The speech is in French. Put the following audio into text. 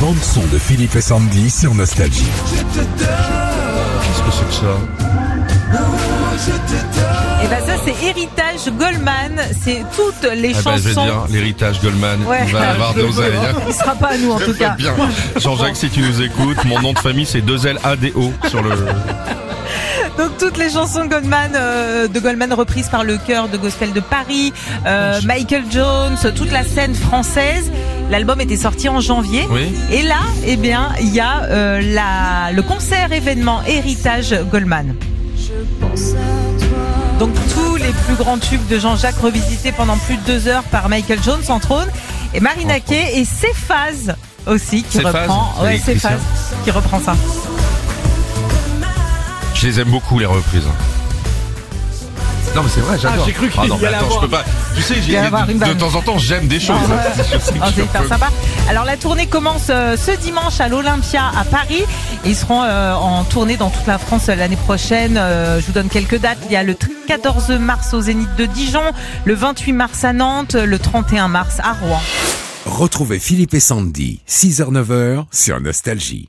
bande son de Philippe et Sandy sur Nostalgie. Qu'est-ce que c'est que ça Et ben ça c'est héritage Goldman, c'est toutes les Ah bah, Je vais chansons. dire, l'héritage Goldman, Ouais. il va avoir de l'oseille. hein. Il sera pas à nous en tout cas. Bien. Jean-Jacques, si tu nous écoutes, mon nom de famille c'est 2LADO sur le. Donc toutes les chansons Goldman euh, de Goldman reprises par le chœur de gospel de Paris, euh, Michael Jones, toute la scène française. L'album était sorti en janvier. Oui. Et là, eh bien, il y a euh, la, le concert événement héritage Goldman. Donc tous les plus grands tubes de Jean-Jacques revisités pendant plus de deux heures par Michael Jones en trône et Marina Kaye et ses phases aussi qui Céphase, reprend c'est ouais, l'électricien. Céphase qui reprend ça. Je les aime beaucoup les reprises. Non mais c'est vrai, j'adore. Ah, Ah j'ai cru qu'il non, y mais allait attends, je avoir- peux pas. Tu sais, j'ai- y allait avoir une de, de vanne. temps en temps j'aime des choses. Je sais que Ah, je c'est peux- hyper sympa. Alors la tournée commence euh, ce dimanche à l'Olympia à Paris. Ils seront euh, en tournée dans toute la France euh, l'année prochaine. Euh, je vous donne quelques dates. Il y a le 14 mars au Zénith de Dijon, le 28 mars à Nantes, le 31 mars à Rouen. Retrouvez Philippe et Sandy, 6h-9h sur Nostalgie.